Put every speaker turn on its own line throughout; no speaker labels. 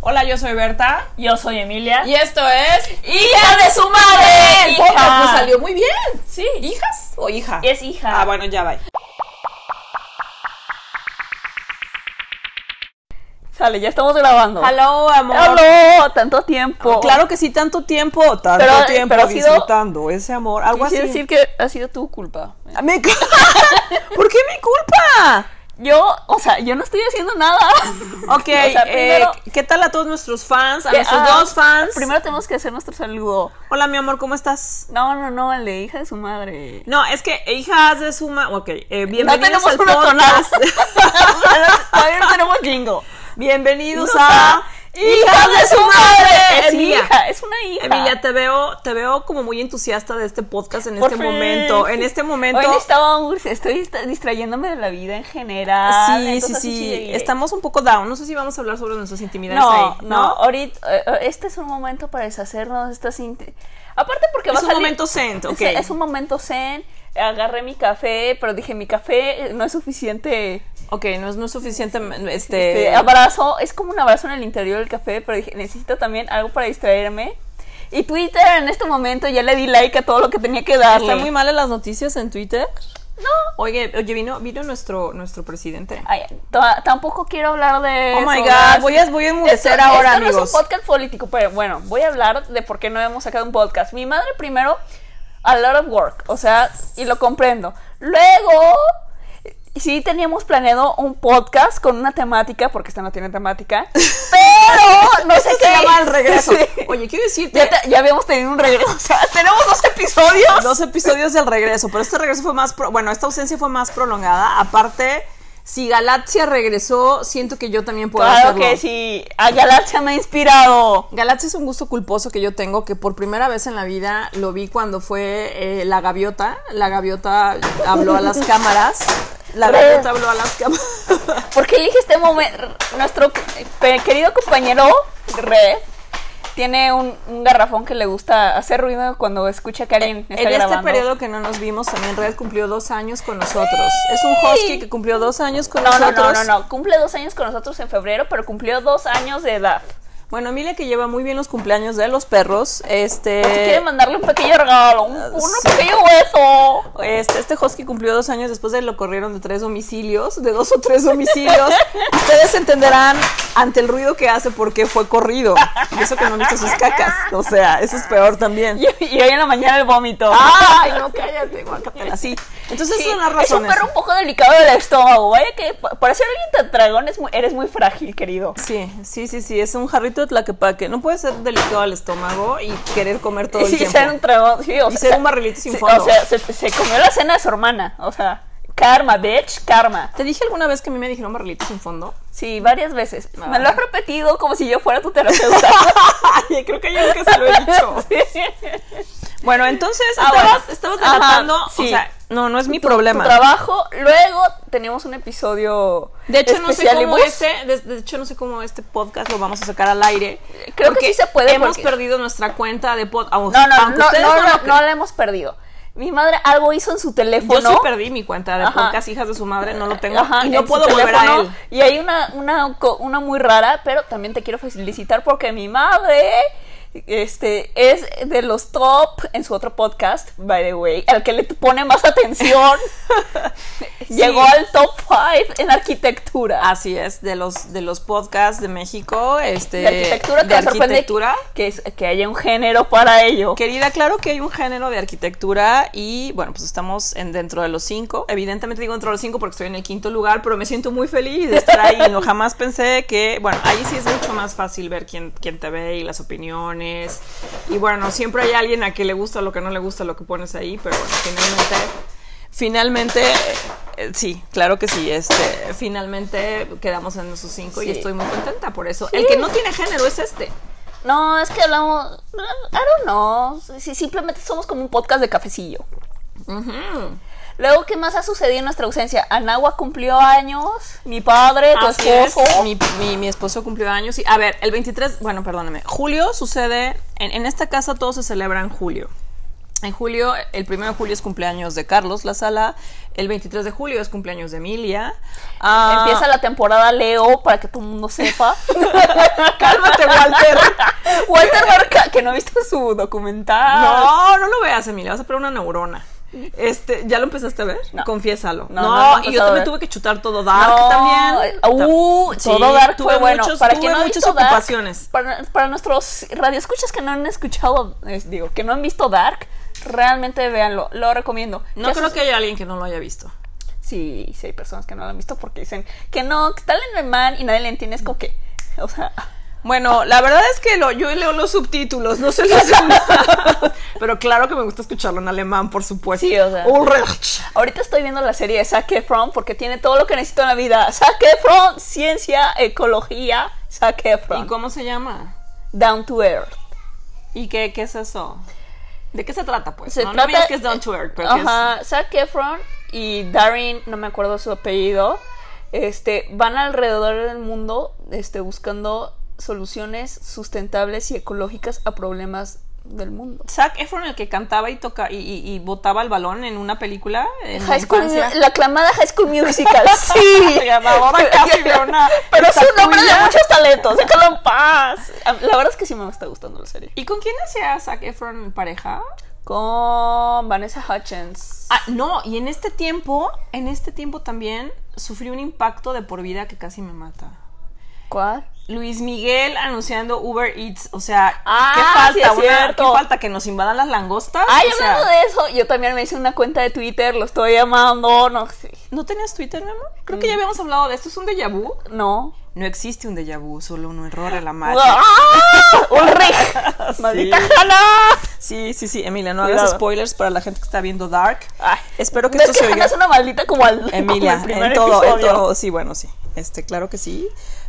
Hola, yo soy Berta.
Yo soy Emilia.
Y esto es.
¡Hija de su madre!
El
¡Hija! Pues
podcast nos salió muy bien.
Sí.
¿Hijas o hija?
Es hija.
Ah, bueno, ya va.
Sale, ya estamos grabando.
Hello, amor.
Hello, tanto tiempo.
Claro que sí, tanto tiempo, tanto
Pero-
tiempo
pero ha sido-
disfrutando ese amor, algo así.
Quisiera decir que ha sido tu culpa.
Ah, me cu- ¿Por qué mi culpa?
Yo, o sea, yo no estoy haciendo nada.
Ok,
O sea, primero-
eh, ¿qué tal a todos nuestros fans? A
Que-
nuestros
ah,
dos fans.
Primero tenemos que hacer nuestro saludo.
Hola, mi amor, ¿cómo estás?
No, no, no, el de hija de su madre.
No, es que hijas de suma. Ok, eh, bienvenidos
tenemos
al
una tonada.
podcast.
Todavía no tenemos jingo.
bienvenidos
Nos
a
ha- ¡Hija de su madre! Es
Emilia.
hija, es una hija.
Emilia, te veo, te veo como muy entusiasta de este podcast en
Ah. Por
este
fin.
momento. En este momento.
Hoy estaba estoy dist- distrayéndome de la vida en general.
Ah, Sí, sí,
entonces
sí,
llegué.
Estamos un poco down. No sé si vamos a hablar sobre nuestras intimidades
No,
ahí.
no, ahorita, eh, eh, este es un momento para deshacernos de estas... inte- Aparte porque va
Es
a
un
salir-
momento zen, ok.
Es, es un momento zen, agarré mi café, pero dije, mi café eh, no es suficiente,
Ok, no es, no es suficiente. Este.
este, abrazo, es como un abrazo en el interior del café, pero dije, necesito también algo para distraerme. Y Twitter en este momento ya le di like a todo lo que tenía que darle.
Están muy malas las noticias en Twitter.
No,
Oye, oye, vino, vino nuestro, nuestro presidente.
ay, ta- tampoco quiero hablar de
Oh my
eso,
God,
¿verdad?
voy a- voy a enmudecer
Esto-
ahora,
esto no
amigos.
es un podcast político, pero bueno, voy a hablar de por qué no hemos sacado un podcast. Mi madre primero, a lot of work, o sea, y lo comprendo. Luego, sí teníamos planeado un podcast con una temática, porque esta no tiene temática, pero no sé
Esto
qué.
se llama el regreso.
Sí.
Oye, quiero decirte.
Ya, te- ya habíamos tenido un regreso, o sea, tenemos dos episodios.
Dos episodios del regreso, pero este regreso fue más, pro- bueno, esta ausencia fue más prolongada. Aparte, si Galaxia regresó, siento que yo también puedo
Claro
hacerlo.
que sí, a Galaxia me ha inspirado.
Galaxia es un gusto culposo que yo tengo, que por primera vez en la vida lo vi cuando fue eh, la gaviota. La gaviota habló a las cámaras. La
Re.
gaviota habló a las cámaras.
¿Por qué elige este momento? Nuestro pe- querido compañero Red tiene un, un garrafón que le gusta hacer ruido cuando escucha que alguien está
en este
grabando.
periodo que no nos vimos, también Red cumplió dos años con nosotros. Es un husky que cumplió dos años con
No, no,
nosotros.
no, no, no. Cumple dos años con nosotros en febrero, pero cumplió dos años de edad.
Bueno, Emilia que lleva muy bien los cumpleaños de los perros. Este.
Pues Si quiere mandarle un pequeño regalo, un, un
sí.
pequeño hueso.
Este, este husky cumplió dos años después de lo corrieron de tres domicilios, de dos o tres domicilios. Ustedes entenderán ante el ruido que hace por qué fue corrido. Y eso que no han visto sus cacas. O sea, eso es peor también.
Y, y hoy en la mañana el vómito.
Ay, no, cállate, guacatela. Sí. Entonces
Ah, Sí,
son las
es un
razones.
perro un poco delicado del estómago. Vaya que pa- para ser alguien tan dragón es muy- eres muy frágil, querido.
Sí, sí, sí, sí, es un jarrito de tlaquepaque. No puede ser delicado al estómago y querer comer todo el
sí,
tiempo.
ser un trago- sí, o
Y
sea,
ser
se-
un barrilito sin
se-
fondo.
O sea, se, se comió la cena de su hermana. O sea, karma, bitch, karma.
¿Te dije alguna vez que a mí me dijeron barrilito sin fondo?
Sí, varias veces. Me lo has repetido como si yo fuera tu terapeuta.
Ay, creo que yo nunca se lo he dicho.
Sí.
Bueno, entonces
Ah,
estabas,
bueno.
estabas
Ajá,
relatando, o
sí.
sea, no, no es mi
Tu-
problema.
Tu trabajo. Luego tenemos un episodio.
de hecho, no sé cómo
especialibus.
este, de, de hecho, no sé cómo este podcast lo vamos a sacar al aire.
Creo que
porque
sí se puede,
Hemos
porque-
perdido nuestra cuenta de podcast.
No, no, no, no, no, no la hemos perdido. Mi madre algo hizo en su
Yo
teléfono.
sí perdí mi cuenta de
Ajá.
podcast, hijas de su madre, no lo tengo.
Ajá,
y no
en su
puedo volver a
teléfono.
él.
Y hay una, una, co- una muy rara, pero también te quiero felicitar porque mi madre este, es de los top en su otro podcast, by the way, al que le pone más atención. Llegó
Sí.
al top 5 en arquitectura.
Así es, de los, de los podcasts de México, este.
de arquitectura que
de
me sorprende
arquitectura.
que, es- que haya un género para ello.
Querida, claro que hay un género de arquitectura y bueno, pues estamos en dentro de los cinco. Evidentemente digo dentro de los cinco porque estoy en el quinto lugar, pero me siento muy feliz de estar ahí. No jamás pensé que, bueno, ahí sí es mucho más fácil ver quién, quién te ve y las opiniones. Y bueno, siempre hay alguien a que le gusta lo que no le gusta lo que pones ahí, pero bueno, finalmente, finalmente, eh, sí, claro que sí. Este, finalmente quedamos en esos cinco y
Sí.
estoy muy contenta por eso. El que no tiene género es este.
No, es que hablamos. I don't know. Si- Simplemente somos como un podcast de cafecillo.
Ujú.
Luego, ¿qué más ha sucedido en nuestra ausencia? Anagua cumplió años, mi padre, tu
Así
esposo.
es, Mi, mi- mi esposo cumplió años. Y, a ver, el 23, bueno, perdóname. Julio sucede. En, en esta casa todo se celebra en julio. En julio, el 1 de julio es cumpleaños de Carlos La Sala. El 23 de julio es cumpleaños de Emilia. Ah,
Empieza la temporada Leo para que todo el mundo sepa.
Cálmate, de Walter.
Walter Barca, que no he visto su documental.
No, no lo veas, Emilia, vas a poner una neurona. Este, ¿ya lo empezaste a ver?
No.
Confiésalo.
No,
No,
no lo he empezado
y
a
yo también
ver.
tuve que chutar todo Dark
No,
también.
Uh,
Ta-
todo
sí,
Dark
tuve
fue bueno.
muchos-
para
tuve
quien no ha
muchas
visto Dark,
ocupaciones.
para, para nuestros radioescuchas que no han escuchado, es, digo, que no han visto Dark, realmente véanlo. Lo recomiendo.
No creo
sus-
que haya alguien que no lo haya visto.
Sí, sí hay personas que no lo han visto porque dicen que no, que está Lenderman y nadie le entiende. Es como que, o sea,
Bueno, la verdad es que lo- yo leo los subtítulos, no sé los Pero claro que me gusta escucharlo en alemán, por supuesto.
Sí, o sea.
Ulrich.
ahorita estoy viendo la serie de Zac Efron porque tiene todo lo que necesito en la vida. Zac Efron, ciencia, ecología, Zac
¿Y
Efron.
cómo se llama?
Down to Earth.
¿Y qué, qué es eso? ¿De qué se trata, pues?
Se
no, no
trata-
me digas que es Down to Earth, pero que es-
Ajá, Zac Efron y Darren, no me acuerdo su apellido, este, van alrededor del mundo este, buscando soluciones sustentables y ecológicas a problemas del mundo.
Zac Efron, el que cantaba y, toca, y, y- y botaba el balón en una película en la
High School
infancia.
Mu- la aclamada High School Musical, sí.
Se llama, ahora casi veo una
Pero es un hombre de
estatuilla.
muchos talentos, déjalo en paz. Ah, La verdad es que sí me está gustando la serie.
¿Y con quién hacía Zac Efron pareja?
Con Vanessa Hutchins.
Ah, no, y en este tiempo, en este tiempo también sufrí un impacto de por vida que casi me mata.
¿Cuál?
Luis Miguel anunciando Uber Eats, o sea, ¿qué
Ah, sí,
falta?
es
Una-
cierto.
¿Qué falta que nos invadan las langostas?
Ay,
Ah, O sea,
hablando de eso, yo también me hice una cuenta de Twitter, lo estoy llamando, no sé.
¿No tenías Twitter, mi amor? Creo
Mm.
que ya habíamos hablado de esto, ¿es un déjà vu?
No.
No existe un déjà vu, solo un error en la marcha.
¡Ah! ¡Ulrich! ¡Maldita
Sí.
Hanna!
Sí, sí, sí, Emilia, no
Cuidado.
hagas spoilers para la gente que está viendo Dark.
Ay,
Espero que
¿Ves
esto
que
se
Hanna
oiga.
es una maldita como al como el
Emilia,
primer
en todo, en
episodio?
todo, sí, bueno, sí. Este, claro que sí.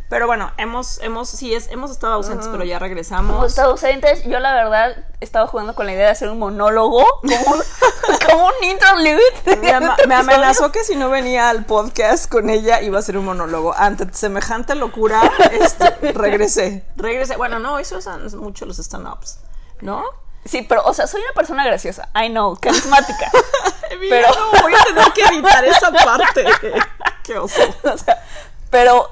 Pero bueno, hemos, hemos, sí, es, hemos estado ausentes, pero ya regresamos.
Como estaba ausentes, yo la verdad estaba jugando con la idea de hacer un monólogo, como un, como un intro lead de
Me, ama-
otro
me
episodio.
amenazó que si no venía al podcast con ella iba a ser un monólogo. Ante semejante locura, este, regresé. Regresé. Bueno, no, eso es mucho los stand-ups, ¿no?
Sí, pero, o sea, soy una persona graciosa, I know, carismática.
Pero no, voy a tener que evitar esa parte. Qué oso.
O sea, pero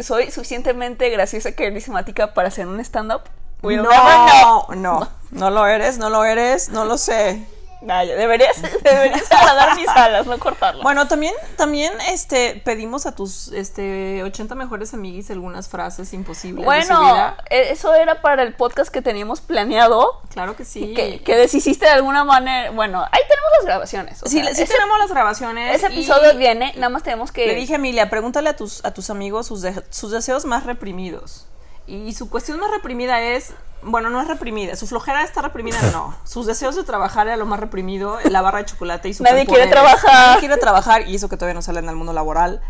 soy suficientemente graciosa y carismática para hacer un stand-up. We
No,
never know.
no, no, lo eres, no lo eres, no lo sé.
Vaya, deberías, deberías agradar mis alas, no cortarlas.
Bueno, también, también este, pedimos a tus este, 80 mejores amiguis algunas frases imposibles. de su
Bueno,
vida.
e- eso era para el podcast que teníamos planeado.
Claro que sí.
Que, que deshiciste de alguna manera. Bueno, ahí tenemos las grabaciones. o
Sí,
sea,
sí
ese,
tenemos las grabaciones.
ese
y-
episodio viene, nada más tenemos que.
Le dije a Emilia, pregúntale a tus, a tus amigos sus, de- sus deseos más reprimidos. Y su cuestión más reprimida es, bueno, no es reprimida, su flojera está reprimida, no. Sus deseos de trabajar era lo más reprimido, la barra de chocolate y su
Nadie quiere trabajar.
Nadie quiere trabajar y eso que todavía no salen al mundo laboral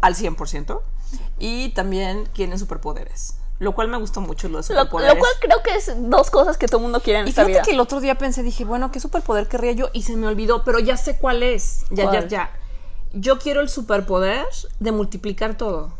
al 100%. Y también tienen superpoderes, lo cual me gustó mucho lo de
Lo, lo
superpoderes.
cual creo que es dos cosas que todo el mundo quiere en
y
esta
fíjate
vida.
que el otro día pensé, dije, bueno, ¿qué superpoder querría yo? Y se me olvidó, pero ya sé cuál es. Ya,
¿Cuál?
ya, ya. Yo quiero el superpoder de multiplicar todo.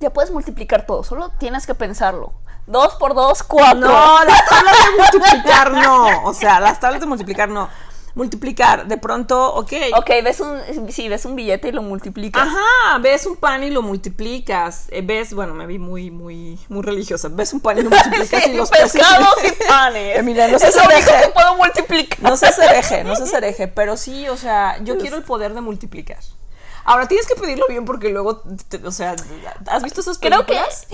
Ya puedes multiplicar todo, solo tienes que pensarlo. Dos por dos, cuatro.
No, las tablas de multiplicar no. O sea, las tablas de multiplicar no. Multiplicar, de pronto, ok.
Ok, ves un, sí, ves un billete y lo multiplicas.
Ajá, ves un pan y lo multiplicas. Eh, ves, bueno, me vi muy, muy, muy religiosa. Ves un pan y lo multiplicas
Sí,
y los
pescados
peces-
y panes.
Emilia, no
es
seas
lo único
hereje.
que puedo multiplicar.
No seas hereje, no seas hereje. Pero sí, o sea, yo quiero el poder de multiplicar. Ahora tienes que pedirlo bien porque luego, te- o sea, ¿has visto esas
Creo que-
películas?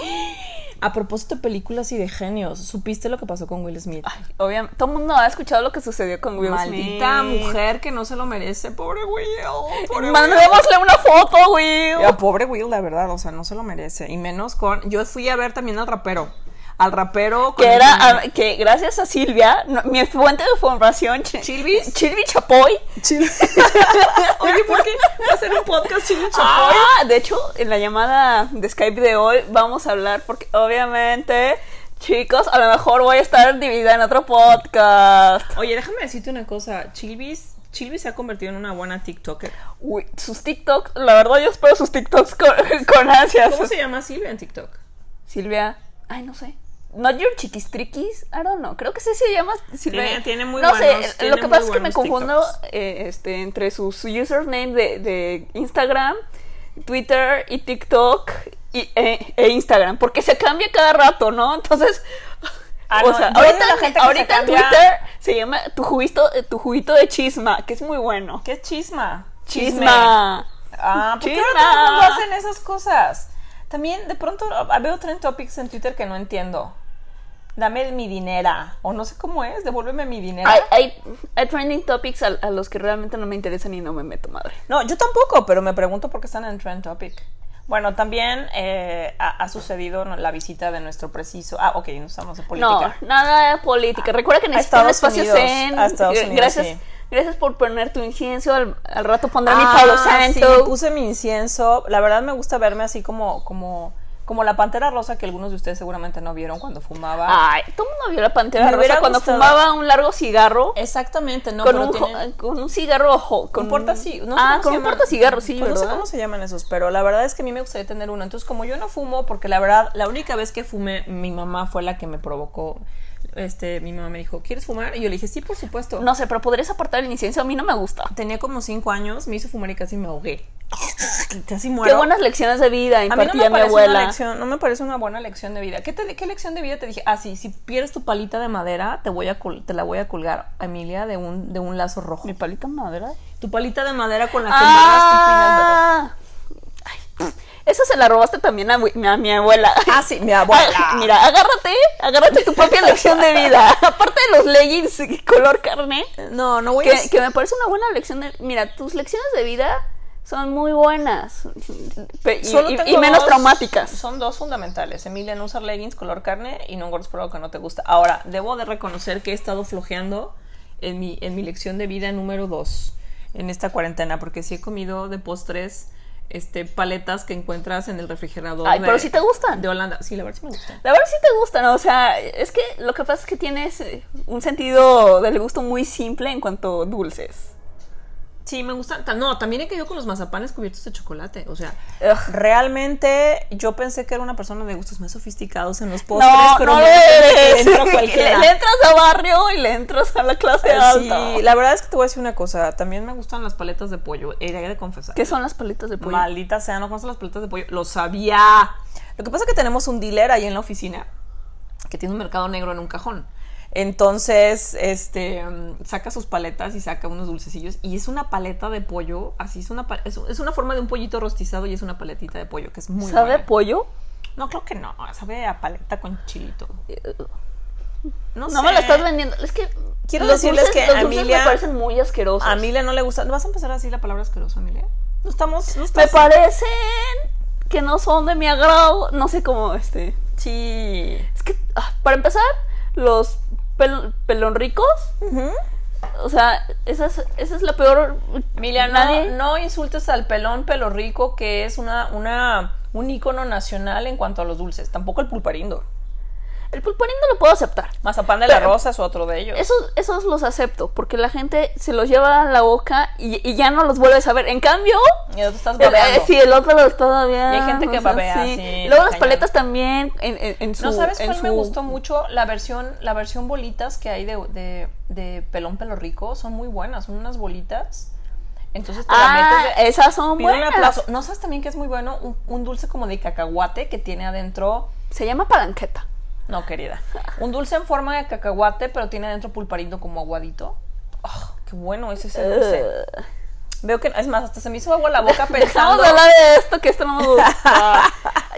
A propósito de películas y de genios, ¿supiste lo que pasó con Will Smith?
Obviamente, todo el mundo ha escuchado lo que sucedió con Will
Maldita
Smith.
mujer que no se lo merece, pobre Will. Pobre Will.
Mandémosle una foto, Will.
Ya, pobre Will, la verdad, o sea, no se lo merece. Y menos con. Yo fui a ver también al rapero. Al rapero con
Que
el-
era ah, que gracias a Silvia, no- mi fuente de información, Ch-
¿Chilvis?
Chilvi Chapoy.
Chile. Oye, ¿por qué hacer un podcast chile chapoy?
Ah, de hecho, en la llamada de Skype de hoy vamos a hablar porque obviamente, chicos, a lo mejor voy a estar dividida en otro podcast.
Oye, déjame decirte una cosa. Chilvis, Chilvis se ha convertido en una buena TikToker.
Uy, sus TikToks, la verdad yo espero sus TikToks con, con ansias.
¿Cómo se llama Silvia en TikTok?
Silvia, ay, no sé. Not your chiquis triquis, I don't know. Creo que sí se llama Silvia.
Tiene- tiene muy
No
buenos-
sé,
tiene
lo que
muy
pasa es que me
buenos
confundo
TikToks.
eh, este, entre su, su username de, de Instagram, Twitter y TikTok. y- e, e Instagram, porque se cambia cada rato, ¿no? Entonces,
Ah,
o
no,
sea,
yo
ahorita,
de la gente que se
ahorita en
cambia-
Twitter se llama tu juguito, eh, tu juguito de chisma, que es muy bueno.
¿Qué chisma?
Chisma.
Ah, ¿por qué
Chisma.
ahora todo el mundo hacen esas cosas? También de pronto ah, veo trend topics en Twitter que no entiendo. Dame mi dinera. O no sé cómo es, devuélveme mi dinero.
Hay, hay- hay trending topics a, a los que realmente no me interesan y no me meto, madre.
No, yo tampoco, pero me pregunto por qué están en Trend Topic. Bueno, también eh, ha, ha sucedido ¿no? la visita de nuestro preciso. Ah, ok, no estamos de política. Ah,
No, nada de política. Recuerda que necesito un
Estados
espacio
Unidos,
zen.
a Estados Unidos,
eh, gracias,
sí.
gracias por poner tu incienso. Al, al rato pondré mi
Ah,
Palo
sí,
Santo.
puse mi incienso. La verdad me gusta verme así como, como, como la pantera rosa que algunos de ustedes seguramente no vieron cuando fumaba.
Ay, todo el mundo vio la pantera
Me
rosa
hubiera
cuando
gustado.
fumaba un largo cigarro.
Exactamente, no,
con,
pero
un, jo-
tienen-
con un cigarro ojo. Con
con porta sí, no sé
ah,
cómo se
con un
llaman.
porta cigarro, sí,
Pues no sé
¿verdad?
cómo se llaman esos, pero la verdad es que a mí me gustaría tener uno. Entonces, como yo no fumo, porque la verdad, la única vez que fumé, mi mamá fue la que me provocó. Este, mi mamá me dijo, ¿quieres fumar? Y yo le dije, sí, por supuesto.
No sé, pero podrías apartar el incienso. A mí no me gusta.
Tenía como cinco años, me hizo fumar y casi me ahogué. Casi muero.
Qué buenas lecciones de vida
A mí no
impartía
me,
mi
parece
abuela.
una lección, no me parece una buena lección de vida. ¿Qué, te- qué lección de vida te dije? Ah, sí, si pierdes tu palita de madera, te, voy a col- te la voy a colgar, Emilia, de un, de un lazo rojo.
Mi palita madera.
Tu palita de madera con la que embarras
Ah, Ay, esa se la robaste también a, mi- a mi abuela.
tu final de- Ah, sí, mi abuela.
Ah, mira, agárrate, agárrate tu propia lección de vida. Aparte de los leggings color carne,
No, no voy a
que, que me parece una buena lección de... Mira, tus lecciones de vida son muy buenas Pe- y,
Solo
y-
tengo
y menos
dos-
traumáticas.
Son dos fundamentales. Emilia, no usar leggings color carne y no engordes por algo que no te gusta. Ahora, debo de reconocer que he estado flojeando en mi, en mi lección de vida número dos en esta cuarentena, porque sí he comido de postres este, paletas que encuentras en el refrigerador.
Ay,
de-
pero sí te gustan.
De Holanda. Sí, la verdad sí me gustan.
La verdad sí te gustan, o sea, es que lo que pasa es que tienes eh, un sentido del gusto muy simple en cuanto a dulces.
Sí, me gustan. Ta- No, también he caído con los mazapanes cubiertos de chocolate. O sea,
Ugh.
realmente yo pensé que era una persona de gustos más sofisticados en los postres,
No,
pero
no
me
lo
di cuenta que
eres.
entro a
le,
cualquiera. Pues
le entras a barrio y le entras a la clase alta.
Sí, la verdad es que te voy a decir una cosa. También me gustan las paletas de pollo. Era de confesar.
¿Qué son las paletas de pollo?
Maldita sea, no conozco las paletas de pollo. Lo sabía. Lo que pasa es que tenemos un dealer ahí en la oficina que tiene un mercado negro en un cajón. Entonces, este, mm, saca sus paletas y saca unos dulcecillos y es una paleta de pollo, así es una pa- es, es una forma de un pollito rostizado y es una paletita de pollo que es muy
¿Sabe
buena.
a pollo?
No, creo que no, sabe a paleta con chilito. No,
No
sé.
me lo estás vendiendo. Es que
Quiero
los
decirles
dulces-
que
los
a
dulces
Emilia-
me parecen muy asquerosos.
A Emilia no le gusta. ¿No vas a empezar así la palabra asquerosa, Emilia? No estamos. No
me
estás-
parecen que no son de mi agrado. No sé cómo este.
Sí.
Es que ah, para empezar los pel- pelonricos, o sea, esa es, esa es la peor.
Emilia,
Nadie-
no, no insultes al pelón pelo rico, que es una, una, un ícono nacional en cuanto a los dulces. Tampoco el pulparindo.
El pulparindo lo puedo aceptar.
Mazapán de la
Pero-
Rosa es otro de ellos.
Esos, esos los acepto, porque la gente se los lleva a la boca y, y ya no los vuelve a saber. En cambio,
Y tú estás
eh,
babeando.
sí, el otro lo está babeando.
Y hay gente que
o sea,
babea,
sí.
sí,
Luego las
cañón.
paletas también en, en, en su.
¿No sabes
en
cuál me
su-
gustó mucho? La versión, la versión bolitas que hay de, de, de pelón pelo rico son muy buenas. Son unas bolitas. Entonces te la
Ah,
metes de,
esas son
Pido un
buenas.
aplauso. ¿No sabes también que es muy bueno? Un, un dulce como de cacahuate que tiene adentro.
Se llama palanqueta.
No, querida. Un dulce en forma de cacahuate, pero tiene adentro pulparito como aguadito. Oh, ¡Qué bueno es ese dulce!
Uh,
Veo que. Es más, hasta se me hizo agua la boca
Dejamos
pensando.
de hablar de esto, que esto no me gusta.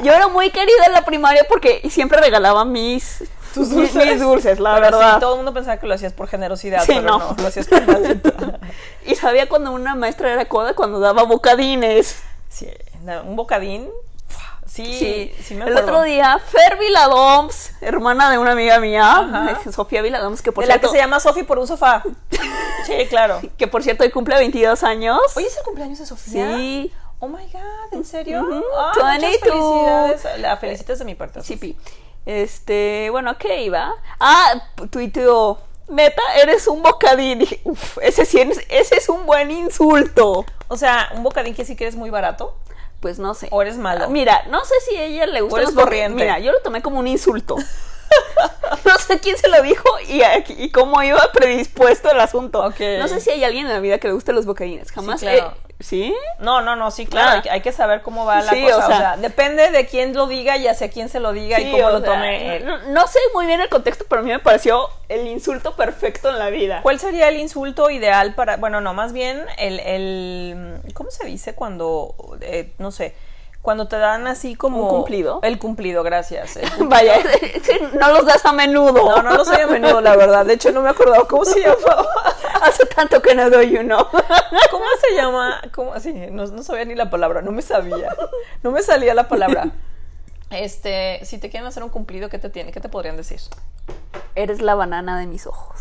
Yo era muy querida en la primaria porque siempre regalaba mis,
Tus
mis,
dulces.
mis dulces, la
Pero sí,
verdad.
todo el mundo pensaba que lo hacías por generosidad,
Sí,
pero
no.
no. lo hacías por maldita.
y sabía cuando una maestra era coda cuando daba bocadines.
Sí, no, un bocadín. ¡fua! Sí, sí, me
El
acuerdo.
otro día, Fer Viladoms, hermana de una amiga mía,
Ajá.
Sofía Viladoms, que por,
De la que
cierto,
se llama Sofi por un sofá. sí, claro.
que por cierto hoy cumple 22 años.
Oye, ¿es el cumpleaños de Sofía?
sí,
Oh my god, ¿en serio?
Ujú,
Ah, muchas
22.
felicidades. La felicitas de mi parte.
sí, pi. Este, bueno, ¿a ¿qué iba? Ah, p- tuiteó, neta, eres un bocadín. Dije, Uf, ese, sí es, ese es un buen insulto.
O sea, un bocadín que sí que eres muy barato
Pues no sé.
o eres malo.
Mira, no sé si a ella le gusta
eres
los boca-
corriente.
Mira, yo lo tomé como un insulto. No sé quién se lo dijo y, a- y cómo iba predispuesto el asunto.
Ok.
No sé si hay alguien en la vida que le guste los bocadines. Jamás.
claro.
he- ¿Sí?
No, no, no, sí, claro,
Ah.
hay, que- hay que saber cómo va la
Sí,
cosa.
o
O sea,
sea-
depende de quién lo diga y hacia quién se lo diga y
Sí,
cómo
o
lo
sea,
tome. eh.
no- no sé muy bien el contexto, pero a mí me pareció el insulto perfecto en la vida.
¿Cuál sería el insulto ideal para, bueno, no, más bien el, el ¿cómo se dice cuando, eh, no sé, cuando te dan así como...
¿Un cumplido?
El cumplido, gracias. el cum-
Vaya, no los das a menudo.
No, no lo soy a menudo, la verdad. De hecho, no me acordaba cómo se llamaba.
Hace tanto que no doy uno.
¿Cómo se llama? ¿Cómo? Sí, no, no sabía ni la palabra, no me sabía. No me salía la palabra. Este, si te quieren hacer un cumplido, ¿qué te tiene? ¿Qué te podrían decir?
Eres la banana de mis ojos.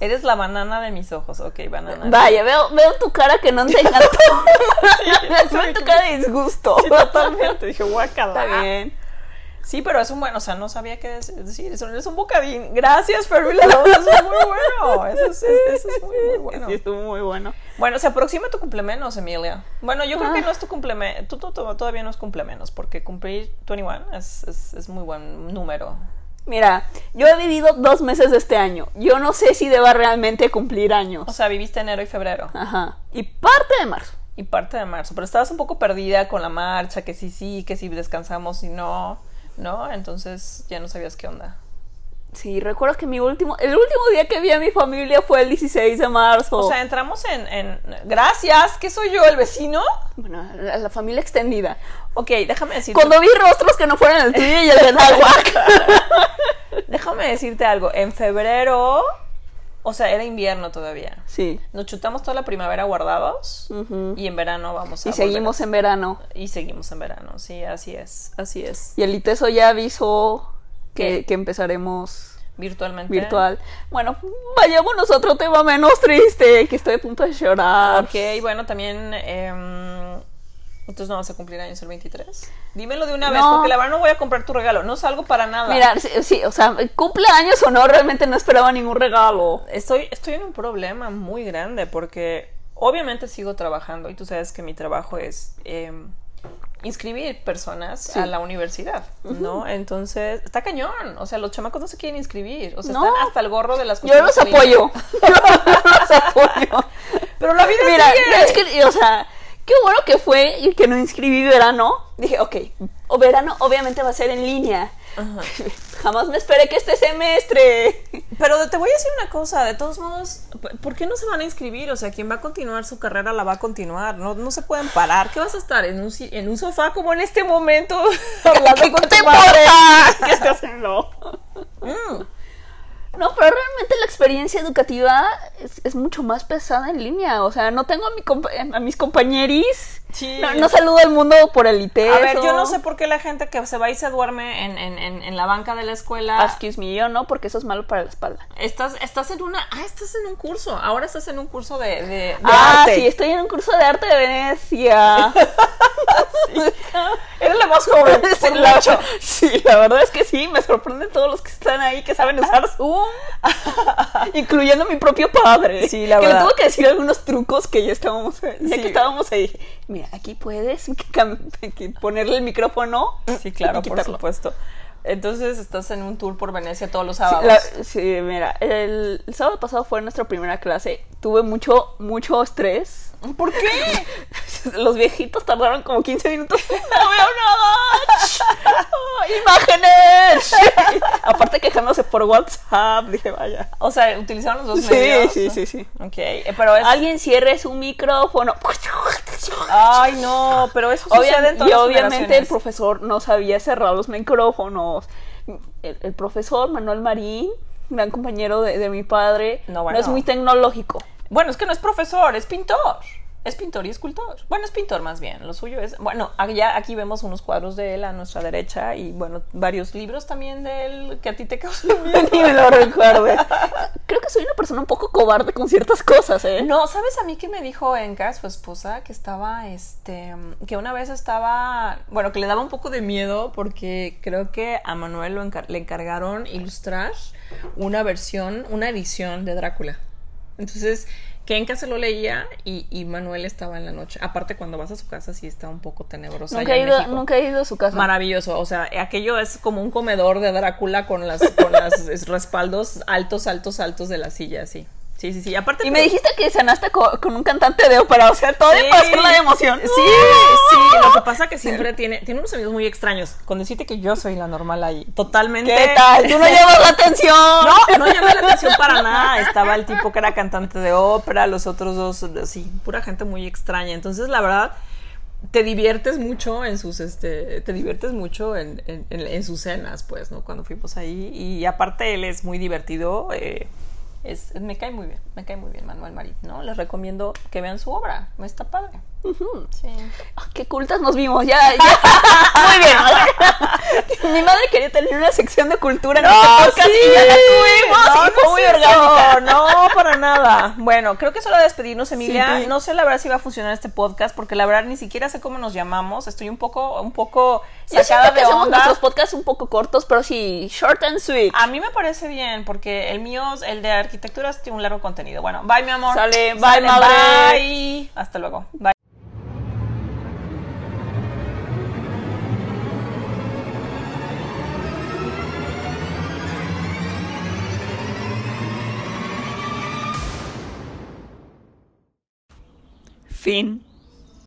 Eres la banana de mis ojos. Ok, banana.
Vaya, veo, veo tu cara que no te encantó.
sí,
veo tu cara de disgusto.
Sí, totalmente. Ah, Dije, guacala.
Está bien.
Sí, pero es un buen, o sea, no sabía qué des- decir. Es un, es un bocadín. Gracias, Fermi Lalonde, Eso es muy bueno. Eso es, eso es muy, muy bueno.
Sí, estuvo muy bueno.
Bueno, se aproxima tu cumpleaños, Emilia. Bueno, yo
Ah.
creo que no es tu cumpleaños. Tú, tú- tú- todavía no es cumpleaños, porque cumplir 21 es, es, es muy buen número.
Mira, yo he vivido dos meses de este año. Yo no sé si deba realmente cumplir años.
O sea, viviste enero y febrero
Ajá. Y parte de marzo.
y parte de marzo, pero estabas un poco perdida con la marcha, que sí, sí, que si descansamos y no, ¿no? Entonces ya no sabías qué onda.
Sí, recuerdo que mi último, el último día que vi a mi familia fue el 16 de marzo.
O sea, entramos en, en... Gracias, ¿qué soy yo, el vecino?
bueno, la, la familia extendida.
Ok, déjame decirte...
Cuando vi rostros que no fueran el tuyo y el de Nahuac.
Déjame decirte algo. En febrero, o sea, era invierno todavía.
sí.
Nos chutamos toda la primavera guardados
Ujú.
y en verano vamos a
Y seguimos en verano.
volver a- y seguimos en verano, sí, así es, así es.
Y el ITESO ya avisó que,
¿Qué?
que empezaremos
Virtualmente.
virtual. Bueno, vayámonos a otro tema menos triste, que estoy a punto de llorar.
Ok, bueno, también em, entonces no vas a cumplir años el 23. Dímelo de una vez,
No.
porque la verdad no voy a comprar tu regalo, no salgo para nada.
Mira, sí, sí, o sea, cumpleaños o no, realmente no esperaba ningún regalo.
Estoy, estoy en un problema muy grande porque obviamente sigo trabajando y tú sabes que mi trabajo es eh, inscribir personas
Sí.
a la universidad, ¿no? Entonces, está cañón. O sea, los chamacos no se quieren inscribir. O sea,
No.
están hasta el gorro de las
Yo los
cuestiones en línea.
apoyo. Yo los apoyo.
Pero la vida
Mira,
sigue.
no, es que, o sea, qué bueno que fue y que no inscribí verano. Dije, ok, o verano obviamente va a ser en línea.
Ajá.
Jamás me esperé que este semestre.
Pero te voy a decir una cosa, de todos modos, ¿p- ¿por qué no se van a inscribir? O sea, quien va a continuar su carrera la va a continuar, no, no se pueden parar. ¿Qué vas a estar? ¿En un, si- en un sofá como en este momento? hablando con tu madre?
¿Qué estás haciendo?
Mm.
No, pero realmente la experiencia educativa es, es mucho más pesada en línea. O sea, no tengo a, mi compa- a mis compañeris.
Sí.
No, no saludo al mundo por el E, IT.
A ver, yo no sé por qué la gente que se va y se duerme en, en- en- en la banca de la escuela.
Ah, Excuse me, yo no, porque eso es malo para la espalda.
Estás, estás en una. Ah, estás en un curso. Ahora estás en un curso de, de, de
ah,
arte.
sí, estoy en un curso de arte de Venecia.
Eres la más joven. por
Sí, la,
mucho.
sí, la verdad es que sí, me sorprenden todos los que están ahí que saben usar Zoom, incluyendo mi propio padre.
Sí, la
que
verdad.
me tuvo que decir algunos trucos que ya estábamos, ya
Sí.
que estábamos ahí. dije, Mira, aquí puedes cam- que ponerle el micrófono.
Sí, claro,
y
por
quitarlo".
supuesto. Entonces estás en un tour por Venecia todos los
Sí,
sábados.
la- sí, mira, el, el sábado pasado fue nuestra primera clase. Tuve mucho, mucho estrés.
¿Por qué?
Los viejitos tardaron como 15 minutos. ¡No veo nada! ¡Oh, ¡Imágenes! Aparte quejándose por WhatsApp, dije, vaya.
O sea, utilizaron los dos
Sí,
medios.
sí, sí, sí.
Ok, eh, pero es.
Alguien cierre su micrófono.
Ay, no, pero eso
Obvia-
sucede en todas
y
las
obviamente el
generaciones.
profesor no sabía cerrar los micrófonos. El, el profesor Manuel Marín, gran compañero de, de mi padre,
No, bueno.
es muy tecnológico.
Bueno, es que no es profesor, es pintor. Es pintor y escultor. Bueno, es pintor más bien. Lo suyo es. Bueno, allá, aquí vemos unos cuadros de él a nuestra derecha y, bueno, varios libros también de él que a ti te causan miedo.
Ni me lo recuerde. Creo que soy una persona un poco cobarde con ciertas cosas, ¿eh?
No, ¿sabes a mí qué me dijo Enka, su esposa? Que estaba, este, que una vez estaba, bueno, que le daba un poco de miedo porque creo que a Manuel lo encar- le encargaron ilustrar una versión, una edición de Drácula. Entonces, que en casa lo leía y, y Manuel estaba en la noche. Aparte, cuando vas a su casa sí está un poco tenebrosa.
Nunca
allá
he,
en
ido,
México.
nunca he ido a su casa.
Maravilloso, o sea, aquello es como un comedor de Drácula con las con las es- respaldos altos, altos, altos de la silla, sí. Sí, sí, sí. Aparte
y me dijiste que cenaste co- con, un cantante de ópera, o sea, todo
Sí.
de pasó la emoción.
Sí, sí, lo que pasa que siempre tiene tiene unos amigos muy extraños. Con decirte que yo soy la normal ahí, totalmente.
¿Qué tal? Tú no llevas la atención.
No, no llamé la atención para nada. Estaba el tipo que era cantante de ópera, los otros dos, así, pura gente muy extraña. Entonces, la verdad, te diviertes mucho en sus, este, te diviertes mucho en, en- en- en sus cenas, pues, ¿no? Cuando fuimos ahí. Y aparte, él es muy divertido. eh, es, me cae muy bien, me cae muy bien Manuel Marín, ¿no? Les recomiendo que vean su obra, está padre. Sí.
Ah, qué cultas nos vimos, ya, ya. Muy bien. Mi madre quería tener una sección de cultura en este podcast y ya la tuvimos
No,
y
no
fue muy
es eso,
orgánica.
No, para nada. Bueno, creo que es hora de despedirnos, Emilia.
Sí.
No sé la verdad si va a funcionar este podcast, porque la verdad ni siquiera sé cómo nos llamamos. Estoy un poco, un poco
Yo
sacada
siento que
de
hacemos
onda. Ah,
nuestros podcasts un poco cortos, pero sí, short and sweet.
A mí me parece bien, porque el mío, el de arquitectura, tiene un largo contenido. Bueno, bye, mi amor.
Sale, bye, madre.
Bye. Hasta luego. Bye. Fin.